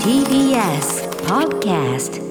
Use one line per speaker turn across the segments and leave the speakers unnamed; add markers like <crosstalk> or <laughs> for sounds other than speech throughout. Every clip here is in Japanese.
TBS Podcast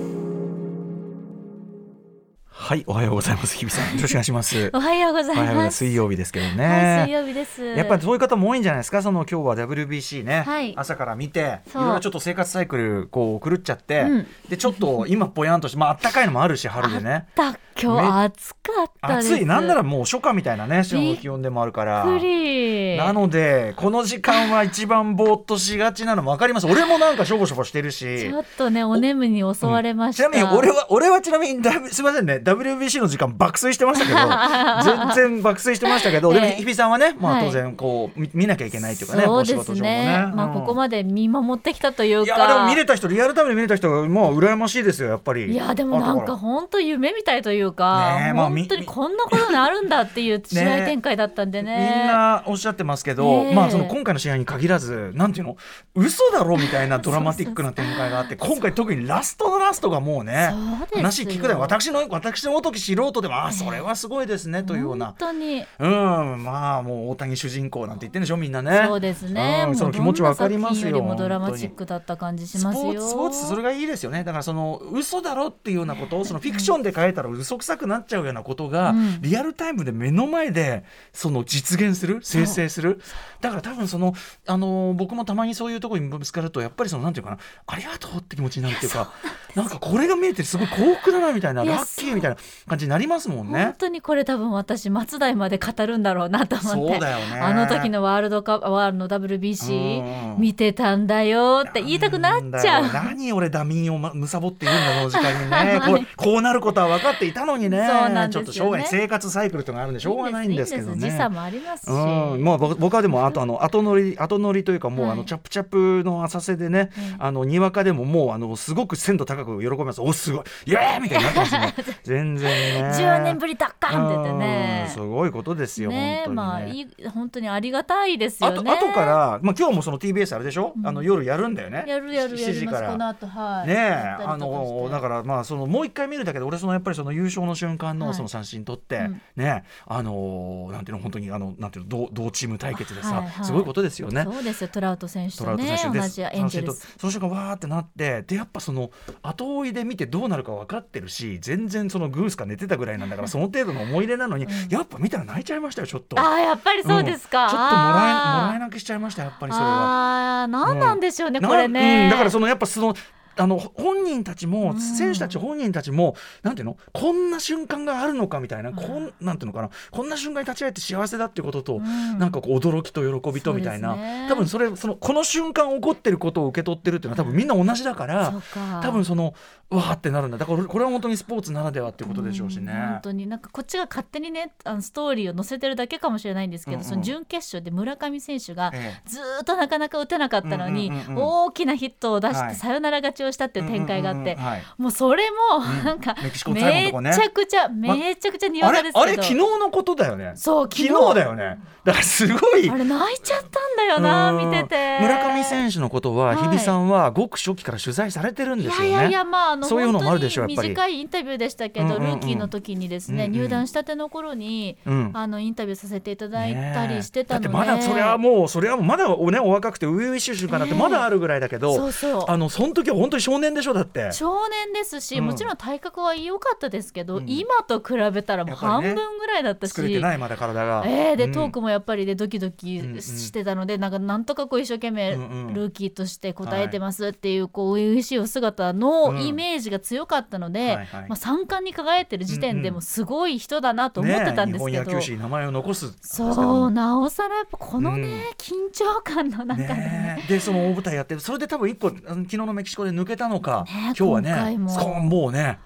はい、おはようございます。日比さん、よろしくお願いします。
おはようござい
おはようござい
ま
ます
す。
水曜日ですけど
はい、水
ね。
曜日です。
やっぱりそういう方も多いんじゃないですか。その今日は WBC ね、
はい
朝から見て、い
そう
ろいろちょっと生活サイクルこう狂っちゃって、
うん
でちょっと今ぽやんとして、まああったかいのもあるし春でね。
あった今日
め
暑かったです。
暑い、なんなら
び
もう初夏みたいなね、週の気温でもあるから。
っくり。
なのでこの時間は一番ぼーっとしがちなのも分かります。俺もなんかしょぼしょぼしてるし
ち。ょっとねお眠に襲われました。
うんちなみに俺は俺はちなみにだいぶすみませんね WBC の時間爆睡してましたけど
<laughs>
全然爆睡してましたけどでも
ええ
日比さんはね、まあ、
はい
当然こう、み見なきゃいけないというかね
そう
お仕
です
事上も
ね。まあ
うん
ここまで見守ってきたという
い
か。
やでも見れた人リアルタイムで見れた人がもう羨ましいですよやっぱり
いやでもなんか
後か
本当夢みたいというか、
ねえまあみ
本当にこんなことになるんだって
<laughs>
いう試合展開だったんで
ら
ね。
みんなおっしゃってますけど、
ねえ
まあその今回の試合に限らずなんていうの嘘だろみたいなドラマティックな展開が
<laughs>
あって今回特にラストのラストがもうね
そうですよ
話聞くだよ私の私のごとき素人でもああそれはすごいですねというような
本当に。
うん、まあもう大谷主人公なんて言ってんでしょみんなね。
そうですね。
うん
もう
その気持ちわかりますよ
どんな作品よりもドラマチックだった感じし
ス
ます
ポー
よ。
ツスポーツそれがいいですよねだからその嘘だろっていうようなことをそのフィクションで変えたら嘘くさくなっちゃうようなことが、
うん
リアルタイムで目の前でその実現する生成するだから多分その、あのー僕もたまにそういうところにぶつかるとやっぱりそのなんていうかなありがとうって気持ちになるっていうかなんかこれが見えてすごい幸福だなみたいない
や
ラッキーみたいな感じになりますもん
本
ね。
当にこれ多分私松代まで語るんだろうなと思って
そうだよね
あの時のワールドカップワールドの
う
WBC
ん
見てたんだよって言いたくなっちゃう
なんだよ何俺ダミーをまむさぼっているんだ
<laughs>
この時間にねこうこうなることは分かっていたのにね
そうなんです
ちょ
よ
っ
ね
と生涯生活サイクルとかあるんでしょうがないんですけど
いいで
ね。
す時差もありますし、
うん、まあ僕僕はでもあ
<laughs>
とあの後乗り後乗りというかもう
はい
あのチャプチャプの浅瀬でね、あのにわかでももうあのすごく鮮度高く喜びますおすごいイエーイみたいになってます
<laughs>
ね全然ね
10年ぶりだっかんって言ってね
うんすごいことですよ、
ね
本当にね、
まあいい本当にありがたいです
あ
よ
と
ね
後からまあ今日もその TBS あれでしょ、あの夜やるんだよね
やるやるや
7時
りま
か
す
ら
この後はい
ねえ
やったりとか
あの
して
だからまあそのもう一回見るだけで俺そのやっぱりその優勝の瞬間
は
の
い
その三振取って、
うん
ねあのなんていうの本当にあのなんていうの同同チーム対決でさ、
はいはい
すごいことですよね。
そうですよトラウト選手
ト
と
ラウト
ね
選手
同
で
じエン
三
ジェ
振
ル
と
ス
その瞬間わーってなってでやっぱその後追いで見てどうなるか分かってるし全然そのグースか寝てたぐらいな
<laughs>
んだからその程度の思い入れなのに、やっぱ見たら泣いちゃいましたよちょっと。
ああやっぱりそうですか、
んちょっともらえもらえ
い
泣きしちゃいましたやっぱりそれは。
ああー何なんでしょうね、
な
これね、
うんだからそのやっぱそのあのほ本人たちも、選手たち本人たちもなんていうのこんな瞬間があるのかみたいな、こんなんていうのかなこんな瞬間に立ち会えて幸せだってことと、
ん
なんかこう驚きと喜びとみたいな、
そうですね
多分それそのこの瞬間起こってることを受け取ってるっていうのは多分みんな同じだから、
そうか
多分そのわーってなるんだだからこれは本当にスポーツならではっていうことでしょうしね。
本当になんかこっちが勝手にねあのストーリーを載せてるだけかもしれないんですけど、
うんうん
その準決勝で村上選手が
ええ
ずーっとなかなか打てなかったのに、
うんうんうんうん
大きなヒットを出し
は
て
い
サヨナラ勝ちをしたっていう展開があって、
うんうんうんはい
もうそれも
ん
なんか、
メキシコの最後
め
のとこね
ちゃくちゃ、
ま
めちゃくちゃにわ
あ
か
れ
ですけど
あれ昨日のことだよね。
そう
昨
昨
日
日
だよね。だからすごい
あれ泣いちゃったんだよな
うん
見てて
村上選手のことは
はい
日比さんはごく初期から取材されてるんですよね。
いやいやいやまああの
そういうのもあるでしょ
本当に
やっぱ
短いインタビューでしたけど、
うんうんうん
ルーキーの時にですね、
うんうん
入団したての頃に、
うん
あのインタビューさせていただい
ねえ
たりしてたので、
だってまだそれはもうそれはもうまだおねお若くて初々しい瞬間だって
ねえ
まだあるぐらいだけど、
そうそう
あのその時は本当に少年でしょだって。
少年ですし、
うん
もちろん体格は良かったですけど、
ん
今と比べたらもう
やっぱ
半
りね
分ぐらいだったし、
作れてないまだ体が。
えーで、
うん
トークもやっぱりでドキド
うんうん
キしてたので、なんかなんとかこう一生懸命
うんうん
ルーキーとして答えてますっていうこう初々しいお姿のイメージが強かったので、
はいはい
まあ、三冠に輝いてる時点でもすごい人だなと思ってたんですけど、
ねえ日本野球史に名前を残すんですけど
そうなおさらやっぱこのね、
うん
緊張感の中でね
ねえでその大舞台やってそれで多分一個あの昨日のメキシコで抜けたのか、
ねえ
今日は
今
ね
回も
スコーンもうね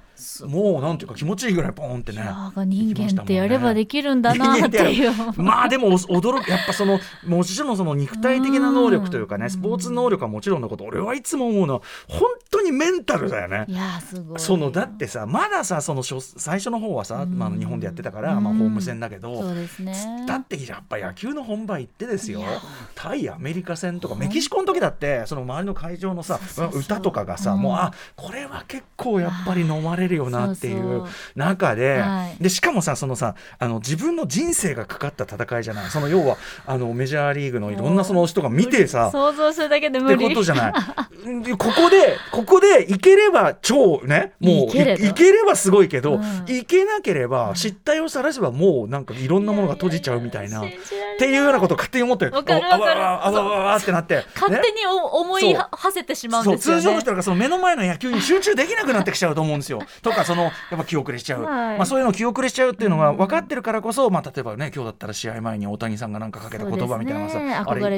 もうなんていうか気持ちいいぐらいポーンってね。
ああ人間ってやればできるんだなっていう。
<laughs> まあでもお驚くやっぱそのもちろんその肉体的な能力というかねスポーツ能力はもちろんのこと俺はいつも思うのは本当にメンタルだよね
い。やーすごい
そのだってさまださその初最初の方はさ、まあ、日本でやってたから、まあ、
うん
ホーム戦だけど、
そうですね
だってやっぱ野球の本場行ってですよ対アメリカ戦とかメキシコの時だってその周りの会場のさ
そうそうそう
歌とかがさ、
うん
もうあこれは結構やっぱり飲まれるよなってい
そう
う
そう
中で
はい
でしかもさそのさあの自分の人生がかかった戦いじゃないその要はあのメジャーリーグのいろんなその人が見てさ
想像するだけで
っ
無
て
理
ことじゃない。でここで、ここで、いければ超ね、もうい
いければ
いければすごいけど、
うん
いけなければ、失態を晒せばもうなんかいろんなものが閉じちゃうみたいな、っ
信じられない
ていうようなことを勝手に思って
わかるわかる
あわあわあわあわあってなって。
勝
ね
手にお思いは馳せてしまうん
そう
ですよね
通常の人がその目の前の野球に集中できなくなってきちゃうと思う
<laughs>
んですよ。とかそのやっぱ気遅れしちゃう、
はい
まあ、そういうの気遅れしちゃうっていうのが分かってるからこそ、まあ、例えばね今日だったら試合前に大谷さんがなんかかけた
そう
言
です
葉みたいなのがさ、
ね、
あれ
憧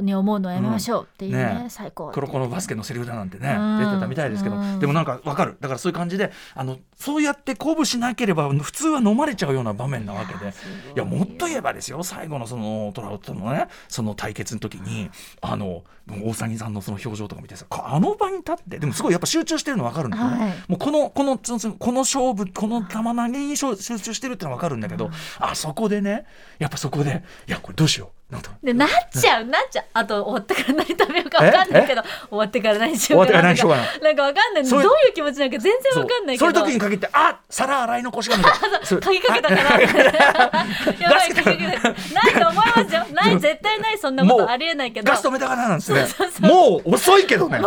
れに思うのはやめましょうっていうね,、
うんね
最高
黒子のバスケのセリフだなんてね、
うん
出てたみたいですけど、
うん
でもなんかわかるだからそういう感じであのそうやって鼓舞しなければ普通は飲まれちゃうような場面なわけで。いやもっと言えばですよ最後のそのトラウトのねその対決の時にあの大谷さんのその表情とか見てさこあの場に立ってでもすごいやっぱ集中してるの分かるんだよね、
はい
もうこのこのそのこの勝負この球投げに集集中してるってのは分かるんだけど、あそこでねやっぱそこでいやこれどうしようなんか
でなっちゃうなっちゃうあと終わってから何食べようか分かんないけど終わってから何しようかな
終わってから何しよう
なんか分かんないど
そうういう
いう気持ちなんか全然分かんないけど
そうそういう時に限ってあ皿洗い残しがみたいなそう
鍵かけたからみたいな <laughs> やばい鍵かけたないと思いますよない絶対ないそんなこ
もう
とありえないけど
ガス止めたからなんですね <laughs> もう遅いけどね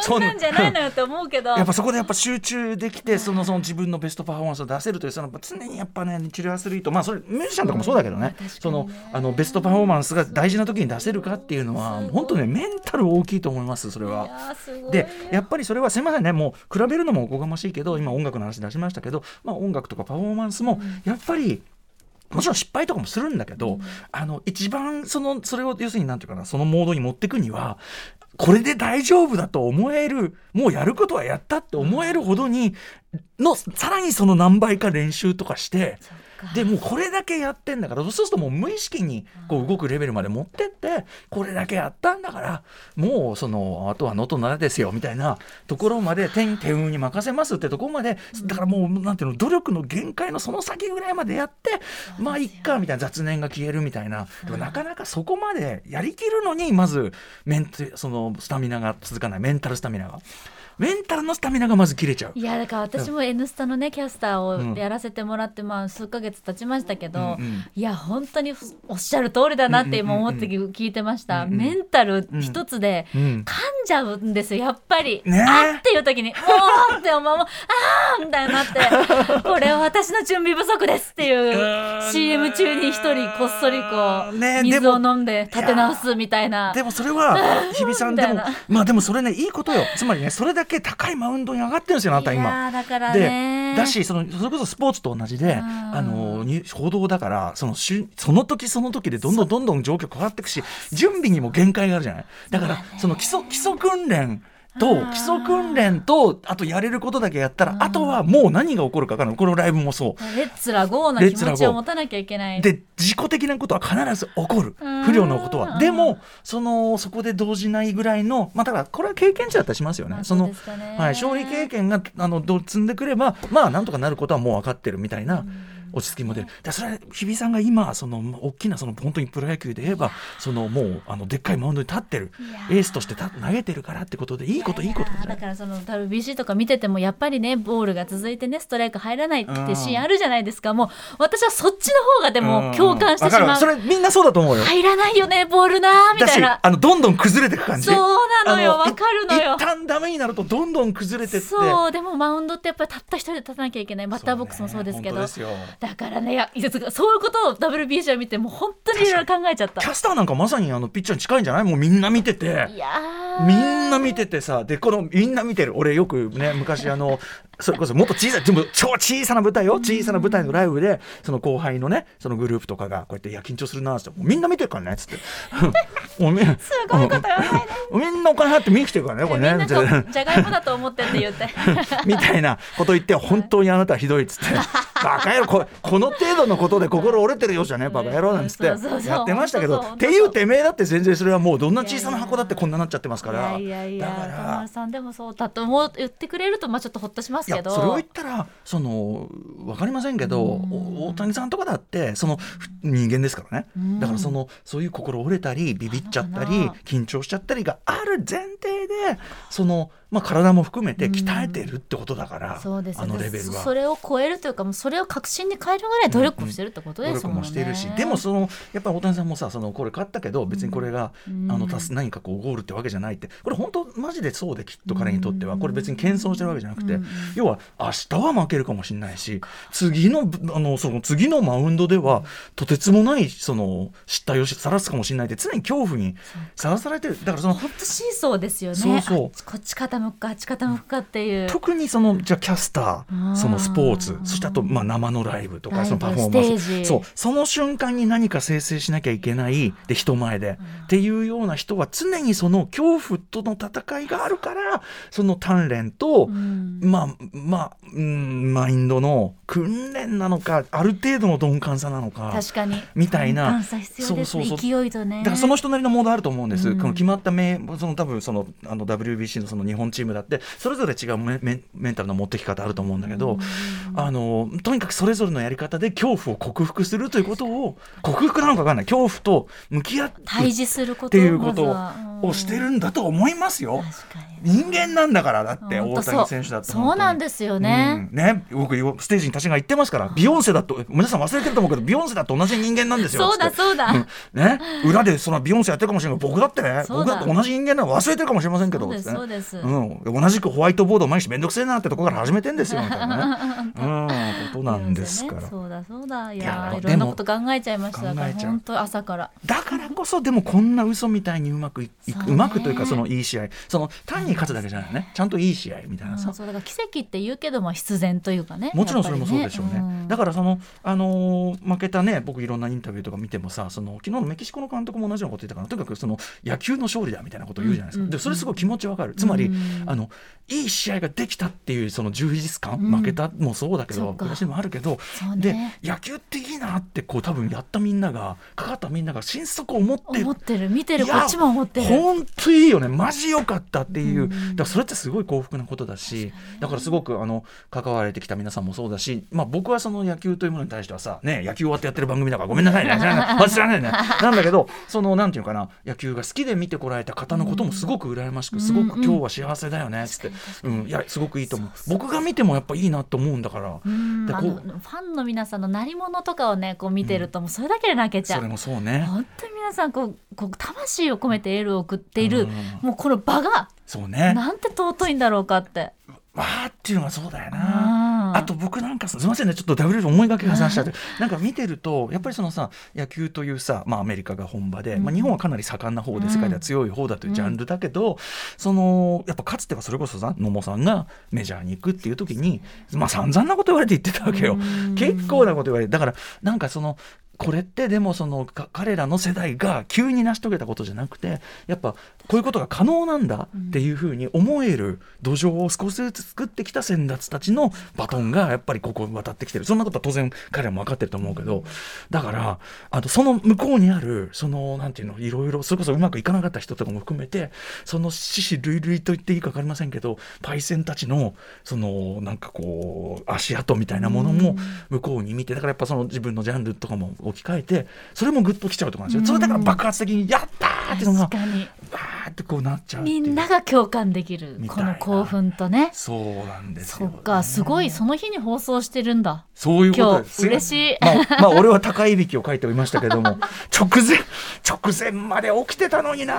そんなんじゃないのよと思うけど
やっぱそこでやっぱ集中できてそのその自分のベストパフォーマンスを出せるというそのやっぱ常にやっぱね治療アスリートまあそれミュージシャンとかもそうだけどね,、そのあのベストパフォーマンスが大事な時に出せるかっていうのは本当ねメンタル大きいと思いますそれ
い
は。
やーすごい
でやっぱりそれはすみませんねもう比べるのもおこがましいけど今音楽の話出しましたけど、まあ、音楽とかパフォーマンスもやっぱり。もちろん失敗とかもするんだけど、あの一番そのそれを要するになんていうかなそのモードに持っていくにはこれで大丈夫だと思えるもうやることはやったって思えるほどにのさらにその何倍か練習とかしてでもうこれだけやってんだからそうするともう無意識にこう動くレベルまで持ってってこれだけやったんだからもうそのあとは野と奈良ですよみたいなところまで天天運に任せますってところまでだからもうなんていうの努力の限界のその先ぐらいまでやってまあいっかみたいな雑念が消えるみたいなでもなかなかそこまでやりきるのにまずメンテそのスタミナが続かないメンタルスタミナがメンタルのスタミナがまず切れちゃう。
いやだから私も「N スタ」のねキャスターをやらせてもらって、まあ、数ヶ月経ちましたけど、
うんうん
いや本当におっしゃる通りだなって今思って聞いてました、
うんうん
メンタル一つで
うん
噛んじゃうんですよやっぱり、
ねえ
あっていう時に「もう!」って思う「あー!」みたいにな
<laughs>
って「これは私の準備不足です」っていう <laughs>
ーん
CM 中に一人こっそりこう、
ねえで
水
も
を飲んで立て直すみたいな。
でもそれは日比さん
<laughs> み
で
たい
も
な
まあでもそれねいいことよつまりねそれだけ高いマウンドに上がってるんですよあなた
い
今。
やーだからね
でだしそのそれこそスポーツと同じで、あのに報道だからそのしその時その時でどんどんどんどん状況変わっていくし準備にも限界があるじゃないだからその基礎基礎訓練と
あー
基礎訓練とあとやれることだけやったらあとはもう何が起こるか分からないこのライブもそう
レッツラゴーな
レ
気
ッツラ
持
ゴ
ち
ー
を持たなきゃいけない。
で自己的なことは必ず起こる
うん
不良のこと
うん
はでもそのそこで動じないぐらいのまあだからこれは経験値だったりしますよね
まあ
その
そうですかね
はい、勝利経験があのど積んでくればまあなんとかなることはもう分かってるみたいな落ち着きも出るでそれは日比さんが今そのまあ大きなその本当にプロ野球で言えばそのもうあのでっかいマウンドに立ってるエースとして立投げてるからってことでいいこといいこと
あ
じゃな
だ
い
からその WBC とか見ててもやっぱりねボールが続いてねストライク入らないっ
う
て
ん
シーンあるじゃないですかもう私はそっちの方がでも
ん
共感してしま
わかる
う
わそれみんなそうだと思うよ。
入らないよねボールなーみ
だ
たい
し
な
あのどんどん崩れていく感じ
そうなのよ
あ
わかるのよ
い一旦ダメになるとどんどん崩れてって
そうでもマウンドってやっぱりたった一人で立たなきゃいけないバッターボックスもそうですけど
本当ですよ
だからねいやいやそういうことを WBC を見てもう本当にいろいろ考えちゃった
キャスターなんかまさにあのピッチャーに近いんじゃないもうみんな見てて
いやー
みんな見ててさでこのみんな見てる俺よくね昔あのそれこそもっと小さいでも超小さな舞台よ小さな舞台のライブでその後輩のねそのグループとかがこうやって「いや緊張するな」っつって「もうみんな見てるからね」
<laughs>
っつって「もうみん
すごいことがないね
みんなお金払って見に来てるからねこれ
みんな
<laughs> ね」みたいな
とじゃがいもだと思ってって言って <laughs>
みたいなこと言って本当にあなたはひどいっつって「バカ野郎ここの程度のことで心折れてるようじゃねえバカ野郎」なんつって
そうそうそう
やってましたけど
本当そう
っていうてめえだって全然それはもうどんな小さな箱だってこんななっちゃってますから
いやいやいや
だか
歌丸
ら
さんでもそうだと思う言ってくれるとまあちょっとほっとします
い
けど
いやそれを言ったらその分かりませんけど、お大谷さんとかだってそのふ人間ですからね、
ん
だからそのそういう心折れたりビビっちゃったり
なのか
緊張しちゃったりがある前提でその、まあ、体も含めて鍛えてるってことだから、
そうです
あ
よ
のレベル
そ
は。
それを超えるというかもうそれを確信に変えるぐらい努力をしてるってこと
努
です
力
もんね、
もしているし、でもそのやっぱり大谷さんもさそのこれ勝ったけど別にこれが、
うん
あの達す何かこうゴールってわけじゃないってこれ本当マジでそうできっと彼にとっては、これ別に謙遜してるわけじゃなくて、
うん
要は明日は負けるかもしれないし次のあのその次のマウンドではとてつもないその失態をさらすかもしれないって常に恐怖にさらされてるだからその
本当シーソーですよね
そうそう
あっちこっち傾くかあっち傾くかっていう
特にそのじゃあキャスタ
あー
ーそのスポーツそしてあとまあ生のライブと
ライ
か
ブ
そのパフォーマン
ステージ
スそうその瞬間に何か生成しなきゃいけないで人前でっていうような人は常にその恐怖との戦いがあるからその鍛錬と、
うん
まあまあ、うん、マインドの訓練なのかある程度の鈍感さなのか
確かに
みたいな
感謝必要ですね
そうそう
勢いとね
だからその人なりのモードあると思うんです、
うん
この決まった名その多分そのあの WBC のその日本チームだってそれぞれ違うメメメンタルの持ってき方あると思うんだけど、あのとにかくそれぞれのやり方で恐怖を克服するということを克服なのか分かんない恐怖と向き合って
対
っ
峙すること
ていうこと
まずはうん
ををしてるんだと思いますよ。
確かに
人間なんだからだって
本
大
当そう
谷選手だって
そうなん
す
ですよね、
ね僕よステージに立ちが言ってますからビヨンセだと皆さん忘れてると思うけどビヨンセだって同じ人間なんですよ
そうだ
つって
そうだ、
うんね、裏でそのビヨンセやってるかもしれないけど僕だってね
そう
僕
だ
だって同じ人間なの忘れてるかもしれませんけ
そ
ど
うです
ね
そうです、
うん、同じくホワイトボードを毎日めんどくせえなってとこから始めてんですよみた
<laughs>
いなね、うん、ことなんですから。
そうだそうだい
いや
や
でも
いろんなこと考えちゃいましただから
考えちゃう
本当朝から
だからこそでもこんな嘘みたいにうまくいい
そう
く
ね
うまくというかそのいい試合その単に勝つだけじゃないねちゃんといい試合みたいな
そ
さ
うそうだから奇跡って言うけどまあ必然というかね
もちろんそれもそうでしょうね。だ
か
からその、あのー負けたね、僕いろんなインタビューとか見てもさ、その昨日のメキシコの監督も同じようなこと言ってたかな、とにかくその野球の勝利だみたいなことを言うじゃないですか。
うんうんうん
で、それすごい気持ちわかる。つまり、
うん
あの、いい試合ができたっていうその充実感、
うん
負けたもそうだけ
そ
ど、
うか
悔しいもあるけど、
そう
で
ね、
野球っていいなって、こう多分やったみんなが、かかったみんなが心底思って
思ってる見てる
い
こ
や
っちも思ってる
ほんといいよねマジよかったってい
うん
う、だからそれってすごい幸福なことだしだからすごくあの関われてきた皆さんもそうだし、まあ、僕はその野球というものに対してはさ、ね、野球終わってやってる番組だからごめんなさい <laughs> ね知らない知らないねなんだけどそのなんていうのかな野球が好きで見てこられた方のこともすごく羨ましく、すごく今日は幸せだよねっつって、うんいやすごくいいと思う僕が見てもやっぱいいなと思うんだから、
うん
で
あ
こ
の
う
ファンの皆さんの鳴り物とかをねこう見てるともうそれだけで泣けちゃ、
そうれもそうね。
本当に皆さんこうこう魂を込めてエールを送っている、
うん
もうこの場が
そうね
なんて尊いんだろうかって
わーっていうのがそうだよ
う。
なんあと僕なんかさすみませんねちょっと W 思いがけがさしちゃってなんか見てるとやっぱりそのさ野球というさ、まあ、アメリカが本場で、まあ、日本はかなり盛んな方で世界では強い方だというジャンルだけど、そのやっぱかつてはそれこそさ野茂さんがメジャーに行くっていう時に、まあ、散々なこと言われて言ってたわけよ。結構なこと言われてだからなんかそのこれってでもそのか彼らの世代が急に成し遂げたことじゃなくてやっぱこういうことが可能なんだっていうふうに思える土壌を少しずつ作ってきた先達たちのバトンがやっぱりここに渡ってきてるそんなことは当然彼らも分かってると思うけどだからあのその向こうにあるそのなんていうのいろいろそれこそうまくいかなかった人とかも含めてその獅子類類と言っていいか分かりませんけどパイセンたちのそのなんかこう足跡みたいなものも向こうに見てだからやっぱその自分のジャンルとかも置き換えてそれもグッときちゃうとかなんですよ。それだから爆発的にやったーっていうのが
確かに
バーってこうなっちゃうってい
み
うん
なが共感できる
みた
こ
いな
の興奮とね
そうなんです
そ
よ、
っかすごいその日に放送してるんだ
そういうこと
今
で
日
す
嬉しい
まあ、まあ俺は高いびきを書いておりましたけども <laughs> 直前直前まで起きてたのにな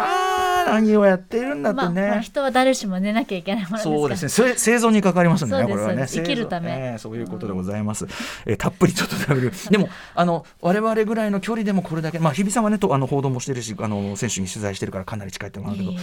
何をやっているんだって
まあ、まあ
ね、
人は誰しも寝なきゃいけないものですから
そうですねせ生存に関わりますんでね
そうで
こ
す
れはね
そうです生きるため
生存ええそういうことでございます、えーたっぷりちょっと W でもあの我々ぐらいの距離でもこれだけまあ日比さんはねとあの報道もしてるしあの選手に取材してるからかなり近いってのもあるけど
いえい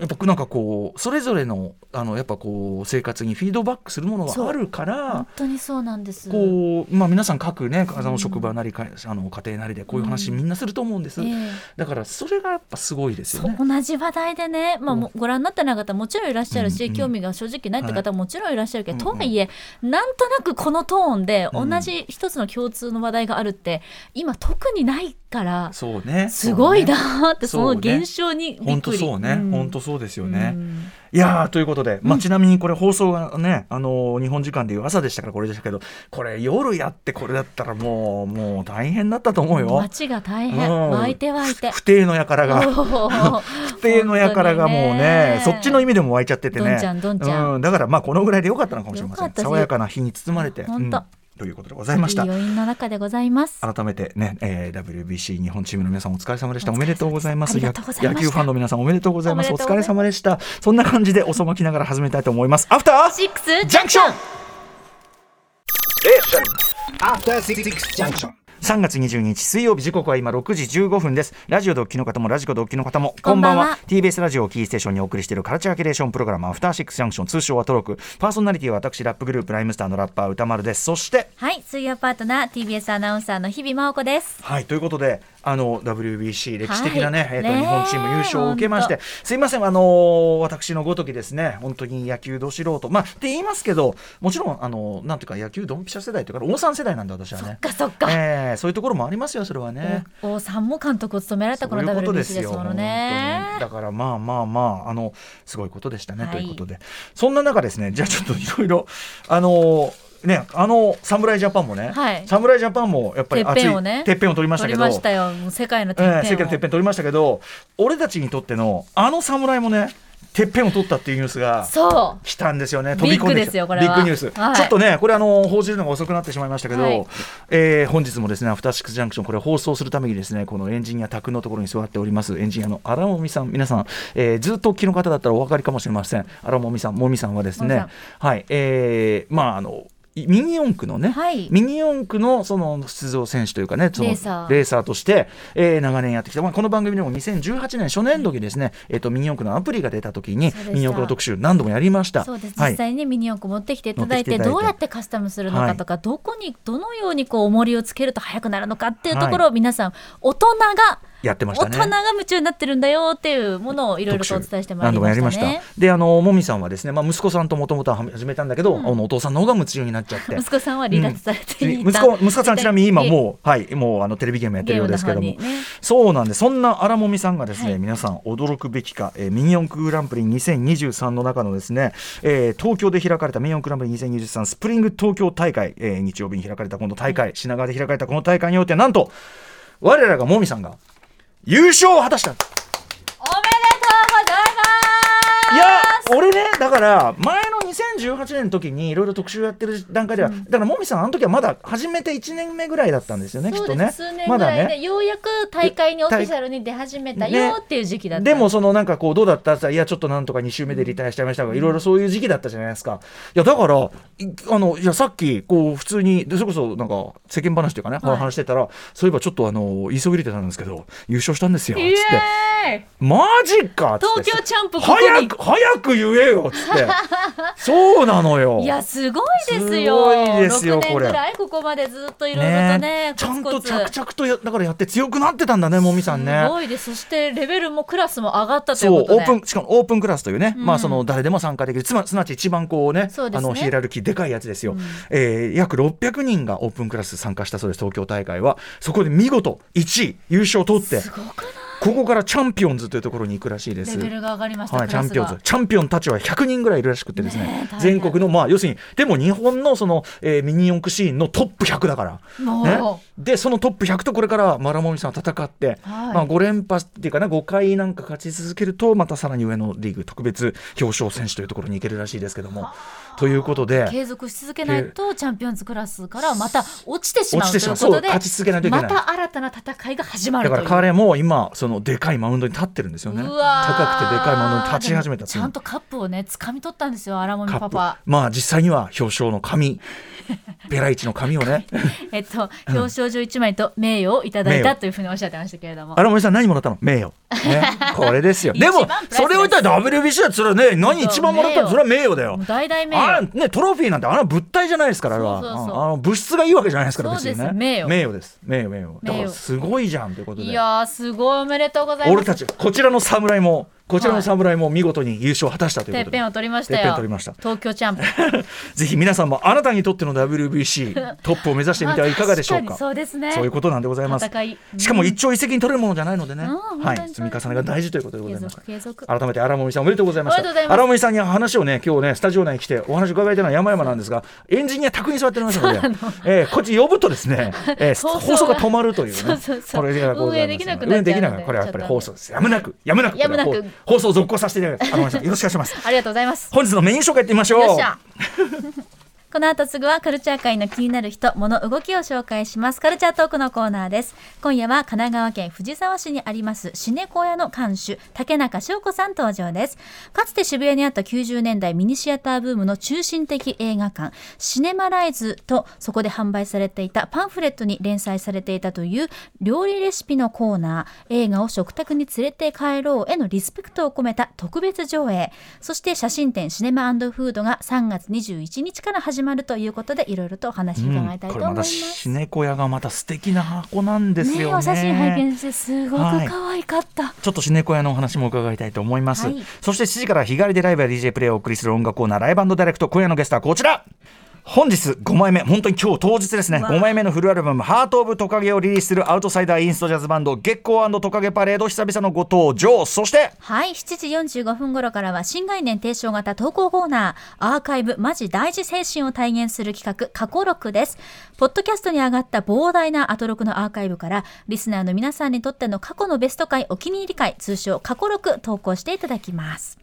え
やっぱなんかこうそれぞれのあのやっぱこう生活にフィードバックするものがあるから
本当にそうなんです
こう、まあ、皆さん各ねあの職場なりかあの家庭なりでこういう話みんなすると思うんです、
ええ
だからそれがやっぱすごいですよね
そう同じ話題でね、まあ、もうご覧になってない方もちろんいらっしゃるし、
うんうん
興味が正直ないって方ももちろんいらっしゃるけど、
はい
とはいえなんとなくこのトーンで同
うん
じ一つの共通の話題があるって今特にないから
そうね
すごい
だ
なーって
そ
そうの
ね
現象にびっくり
本当そうね、
ん
本当そうですよね。
うん
いやーということで、まあ、ちなみにこれ放送がね、あのー日本時間でいう朝でしたからこれでしたけどこれ夜やってこれだったらもうもう大変だったと思うよ。
街が大
うん
変湧いて湧いて
不定の輩が
おー
不定の輩がもうねそっちの意味でも湧いちゃっててね
どんちゃんどんちゃん
うん、だからまあこのぐらいでよかったのかもしれませ
よか
ん
ったです
爽やかな日に包まれて、
ほんと
うんということでございました
いい余韻の中でございます
改めてね、えー WBC 日本チームの皆さんお疲れ様でしたおめでとうございます
お疲れ様ですありがとうございました
野球ファンの皆さんおめでとうございますお
おめでとう
疲
ござい
れ
ます
様でしたそんな感じで遅まきながら始めたいと思いますアフター
シックス
ジャンクション
After Six Junction.
3月22日水曜日時刻は今6時15分ですラジオ同期の方もラジコ同期の方も
こんばんは
TBS ラジオをキーステーションにお送りしているカルチャーキュレーションプログラムアフターシックスジャンクション通称はトロクパーソナリティは私ラップグループライムスターのラッパー歌丸ですそして
はい水曜パートナー TBS アナウンサーの日々真央子です
はいということであの WBC 歴史的なね,、
はい
えーと
ねえ
日本チーム優勝を受けましてすいませんあのー私のごときですね本当に野球ど素人まあって言いますけどもちろんあのなんていうか野球ドンピシャ世代というか王さん世代なんで私はね
そっかそっか
えーそういうところもありますよそれはね。
王さんも監督を務められたこの
そういうこと
WBC
で
です
よ
すもの
本当に
ね
だからまあまあまああのすごいことでしたね、
はい
ということでそんな中ですねじゃあちょっといろいろあのねあの侍ジャパンもね、
はい
侍ジャパンもやっぱり熱い
てっぺんをね
てっぺんを取りました
取
け
り
ど
ましたよもう世界のてっぺん
え
を、
ー世界のてっぺん取りましたけど俺たちにとってのあの侍もねてっぺんを取ったっていうニュースが
そう
来たんですよね飛び込
ビッグ
んできた
ですよこれは
ビッグニュース、
はい
ちょっとねこれあの報じるのが遅くなってしまいましたけど、
はい
えー本日もですね「アフターシックスジャンクション」これ放送するためにですねこのエンジニア宅のところに座っておりますエンジニアの荒尾美さん皆さん、えーずっとお聞きの方だったらお分かりかもしれません荒尾美さんもみさんはです
もみ
ねはいえーまああのいミニ四駆のね、
はい
ミニ四駆のその出場選手というかねその
レーサー
レーサーとして、えー長年やってきた、まあ、この番組でも2018年初年度にですね、えー、とミニ四駆のアプリが出た時に
そうでした
ミニ四駆の特集何度もやりました。
そうです
はい
実際にミニ四駆持ってきていただいて,、
持ってきていただいて
どうやってカスタムするのかとか、どこにどのようにこう重りをつけると速くなるのかっていうところを皆さん、大人が
やってまし
大
たね
人が夢中になってるんだよっていうものをいろいろとお伝えしてまいりました
何度もやり
ね
ま。したであのもみさんはですね、まあ、息子さんともともとは始めたんだけど、あのお父さんの方が夢中にな
<laughs>
っちゃっ
<laughs>
て
息子さんは離脱されてい
息
た、
子息子さんちなみに今もうはいもうあのテレビゲームやってるようですけど
ゲ
も、
ームの方にね
そうなんでそんな荒もみさんがですね、
はい
皆さん驚くべきか、えーミニ四駆グランプリ2023の中のですね、えー東京で開かれたミニ四駆グランプリ2023スプリング東京大会、えー日曜日に開かれたこの大会、品川で開かれたこの大会においてなんと我らがもみさんが優勝を果たした
おめでとうございます
いや俺ねだから前の2018年の時にいろいろ特集やってる段階では、だからもみさんあの時はまだ始めて1年目ぐらいだったんですよねきっ
そう
と
です、
ね
数年
ま
ぐ
だ
らい
ね
で、ようやく大会にオフィシャルに出始めたよっていう時期だった、
でもそのなんかこうどうだったって言ったらいやちょっとなんとか2週目でリタイアしちゃいましたがいろいろそういう時期だったじゃないですかいやだからいあのいやさっきこう普通にでそれこそなんか世間話というかね、
はい
話してたらそういえばちょっとあの言いそびれてたんですけど優勝したんですよ
イ
つっ
エ
て
ーイ
マジかっつって
東京チャンプここに
早く早く言えよっつってそうなのよ
いやすごいですよ。
すごいですよ
6年
これ
ぐらいここまでずっといろいろとね
ちゃんと
コツ
着
コツ
々とやだからやって強くなってたんだねもみさんね
す。ごいです。そしてレベルもクラスも上がったという
そう
こと
オ
で。
ープンしかもオープンクラスというね、
うん
まあその誰でも参加できるつまりすなわち一番こうね
そうで
あ
すね
のヒエラルキーでかいやつですよ、えー約600人がオープンクラス参加したそうです東京大会はそこで見事1位優勝を取って
すごくな
ここからチャンピオンズというところに行くらしいで
い
す
レベ。ルが上がりました。
はい、
ク
チャ
ラ
ン
ス
ピオ
が
ンズチャンピオンたちは100人ぐらいいるらしくってですね
ねえ大変
全国のまあ要するにでも日本のその、えーミニ四駆シーンのトップ100だから、ね
も、
でそのトップ100とこれからマラモミさんは戦って、
はい
まあ、5連覇っていうかな5回なんか勝ち続けるとまたさらに上のリーグ特別表彰選手というところに行けるらしいですけども。ということ
う
で
継続し続けないとチャンピオンズクラスからまた落ちてしま
落
うとい
ちてしま
う
うそう
ことで
勝ち続けないといけない。
また新たな戦いが始ま
だ
ると
か
いう。
ら彼も今そのでかいマウンドに立ってるんですよね。高くてで
う
か
わー
いマウンドに立ち始め
で
た
もちゃんとカップをね掴み取ったんですよ荒もみ
カ
パ
ップ
パ。
まあ実際には表彰
<laughs>
の紙ペライチの紙をね
えっと表彰状一枚と名誉をいただい
名
た
誉
というふうにおっしゃってましたけれども。
荒森さん何もらったの名誉、ね、
<laughs>
これですよでも
一番プラスです
それを言ったら WBC だっつらね何一番もらったらそれは名誉だよ
大大名
あ
誉
れね、トロフィーなんてあの物体じゃないですからあれは
そうそうそう
あの物質がいいわけじゃないですから
そうです
別に
名
ね
誉
名誉です名誉名誉だか
名
ら
誉
すごいじゃんということで
いやーすごいおめでとうございます。
俺たちこちらの侍もこちらの侍も見事に優勝を果たしたとい
て
う
っ
こと
ぺ
で、
んを取りましたよ
てっぺん取りました
東京チャンプ
ぜひ皆さんもあなたにとって
<laughs>
の WBC トップを目指してみてはいかがでしょう
ま
か
あ確にそうですね
そういうことなんでございます
戦いうん
しかも一朝一夕に取れるものじゃないのでね、
うん本当に
は
そう
い、積み重ねが大事ということでございます
継続継続
改めて荒森さんおめでとうございまし
おめでとうござい
た
ます
荒森さんに話をね今日ねスタジオ内に来てお話伺いたいのは山々なんですがエンジニア宅に座っておりますのでえーこっち呼ぶとですね、えー
放送が
放送が止まるというね
そうそうそう
これがご
運
ざいます
営できなくなっちゃうので
運営できなくこれはやっぱり放送ですやむなくやむなく
やむなく
これは放送を続行させていただきます荒森さんよろしくお願いします
ありがとうございます
本日のメイン紹介いってみましょう
よっしゃ <laughs> この後すぐはカルチャー界の気になる人、物、動きを紹介します。カルチャートークのコーナーです。今夜は神奈川県藤沢市にありますシネ小屋の館主、竹中翔子さん登場です。かつて渋谷にあった90年代ミニシアターブームの中心的映画館、シネマライズとそこで販売されていたパンフレットに連載されていたという料理レシピのコーナー、映画を食卓に連れて帰ろうへのリスペクトを込めた特別上映、そして写真展シネマフードが3月21日から始まるということで、いろいろとお話
うん
伺いたいと思
これ
い
ま
ま
た
す。
シネコヤがまた素敵な箱なんです
ねえ
よね
お写真拝見してすごく可愛かった。
ちょっとシネコヤのお話も伺いたいと思います、
はい
そして7時から日帰りでライブや DJ プレイをお送りする音楽コーナーライブダイレクト今夜のゲストはこちら本日5枚目本当に今日当日ですね5枚目のフルアルバム「ハート・オブ・トカゲ」をリリースするアウトサイダーインストジャズバンド月光トカゲパレード久々のご登場そして
はい、7時45分頃からは新概念提唱型投稿コーナー、アーカイブマジ大事精神を体現する企画、過去録です。ポッドキャストに上がった膨大なアトロクのアーカイブから、リスナーの皆さんにとっての過去のベスト回、お気に入り回、通称過去録投稿していただきます。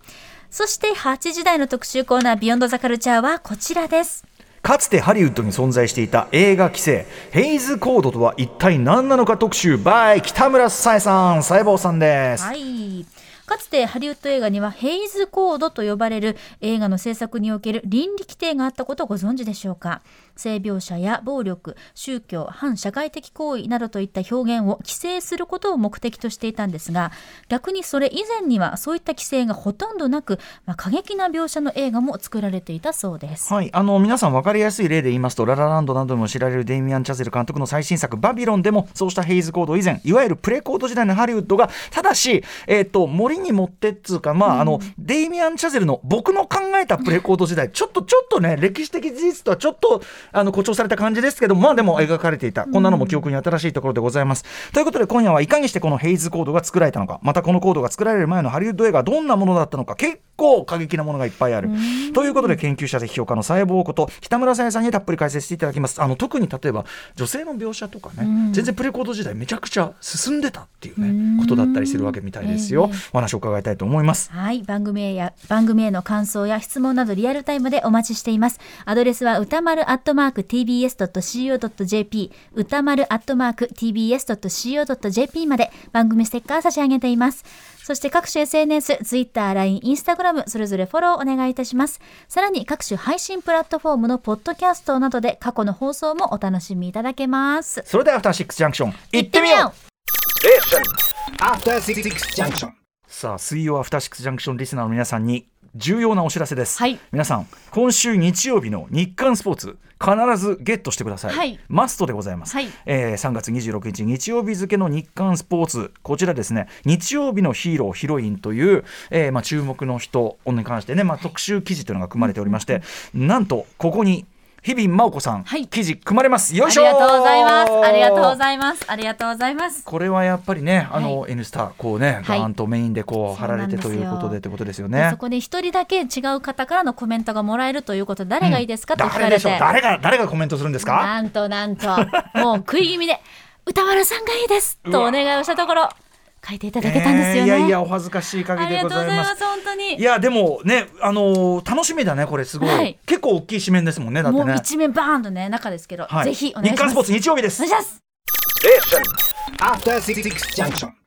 そして8時台の特集コーナー、ビヨンドザカルチャーはこちらです。
かつてハリウッドに存在していた映画規制ヘイズコードとは一体何なのか特集 by 北村沙絵さん細胞さんです、
はい。かつてハリウッド映画にはヘイズコードと呼ばれる映画の制作における倫理規定があったことをご存知でしょうか性描写や暴力、宗教、反社会的行為などといった表現を規制することを目的としていたんですが逆にそれ以前にはそういった規制がほとんどなく、まあ、過激な描写の映画も作られていたそうです。
はい、あの皆さん分かりやすい例で言いますと、ララランドなどでも知られるデイミアン・チャゼル監督の最新作、バビロンでも、そうしたヘイズコード以前、いわゆるプレコード時代のハリウッドが、ただし、えっと森に持ってっつうか、まああの、デイミアン・チャゼルの僕の考えたプレコード時代、ちょっとちょっとね、歴史的事実とはちょっとあの誇張された感じですけど、まあでも描かれていた、こんなのも記憶に新しいところでございます。ということで、今夜はいかにしてこのヘイズコードが作られたのか、またこのコードが作られる前のハリウッド映画はどんなものだったのか、結構過激なものがいっぱいある。ということで、研究者で批評家の細胞こと北村さやさんにたっぷり解説していただきますあの特に例えば女性の描写とかね、全然プレコード時代めちゃくちゃ進んでたっていうね、ことだったりするわけみたいですよ、お話を伺いたいと思います
はい、番組へや番組への感想や質問などリアルタイムでお待ちしています。アドレスは歌丸アットマーク tbs.co.jp 歌丸アットマーク tbs.co.jp まで番組ステッカー差し上げています。そして各種 SNS、Twitter、LINE、Instagram それぞれフォローお願いいたします。さらに各種配信プラットフォームのポッドキャストなどで過去の放送もお楽しみいただけます。
それではアフターシックスジャンクション行
行
っ
っててみ
みよう
よう
After Six Junction.
さあ水曜アフターシックスジャンクションリスナーの皆さんに重要なお知らせです、
はい
皆さん今週日曜日の日刊スポーツ必ずゲットしてください、
はい
マストでございます、
はい
えー3月26日日曜日付の日刊スポーツこちらですね日曜日のヒーローヒロインという、えーまあ、注目の人に関してね、まあ、特集記事というのが組まれておりまして、なんとここに日比真央子さん、
はい
記事組まれますよ
あ
い
り
しょー
がとうございます。ありがとうございます。ありがとうございます。
これはやっぱりね、あの、
は
N スター、こうね、
はい
ガーンとメインでこう、
そ
貼
う
ら
な
れ
ん
て
です
と
よ
いうことでってことですよ
で
ね
そ。こで一人だけ違う方からのコメントがもらえるということで誰がいいですかと聞か
誰
れ
で
て、
しょう誰が、誰がコメントするんですか
なんとなんともう食い気味で歌丸さんがいいですとお願いをしたところ書いていただけたんですよね、
えーいやいや、お恥ずかしい限
あ
り
り
で
がと
ご
うござ
ざい
い
ま。
ますす本当に
いやでもね、あのー楽しみだね、これ、すごい,、
はい
結構大きい紙面ですもんね、だって
もう
ね。
一面バーンとね中ですけど、
はい
ぜひお願いし
日刊
ます
スポーツ、日曜日で
お
す
願い。します
After Six Junction.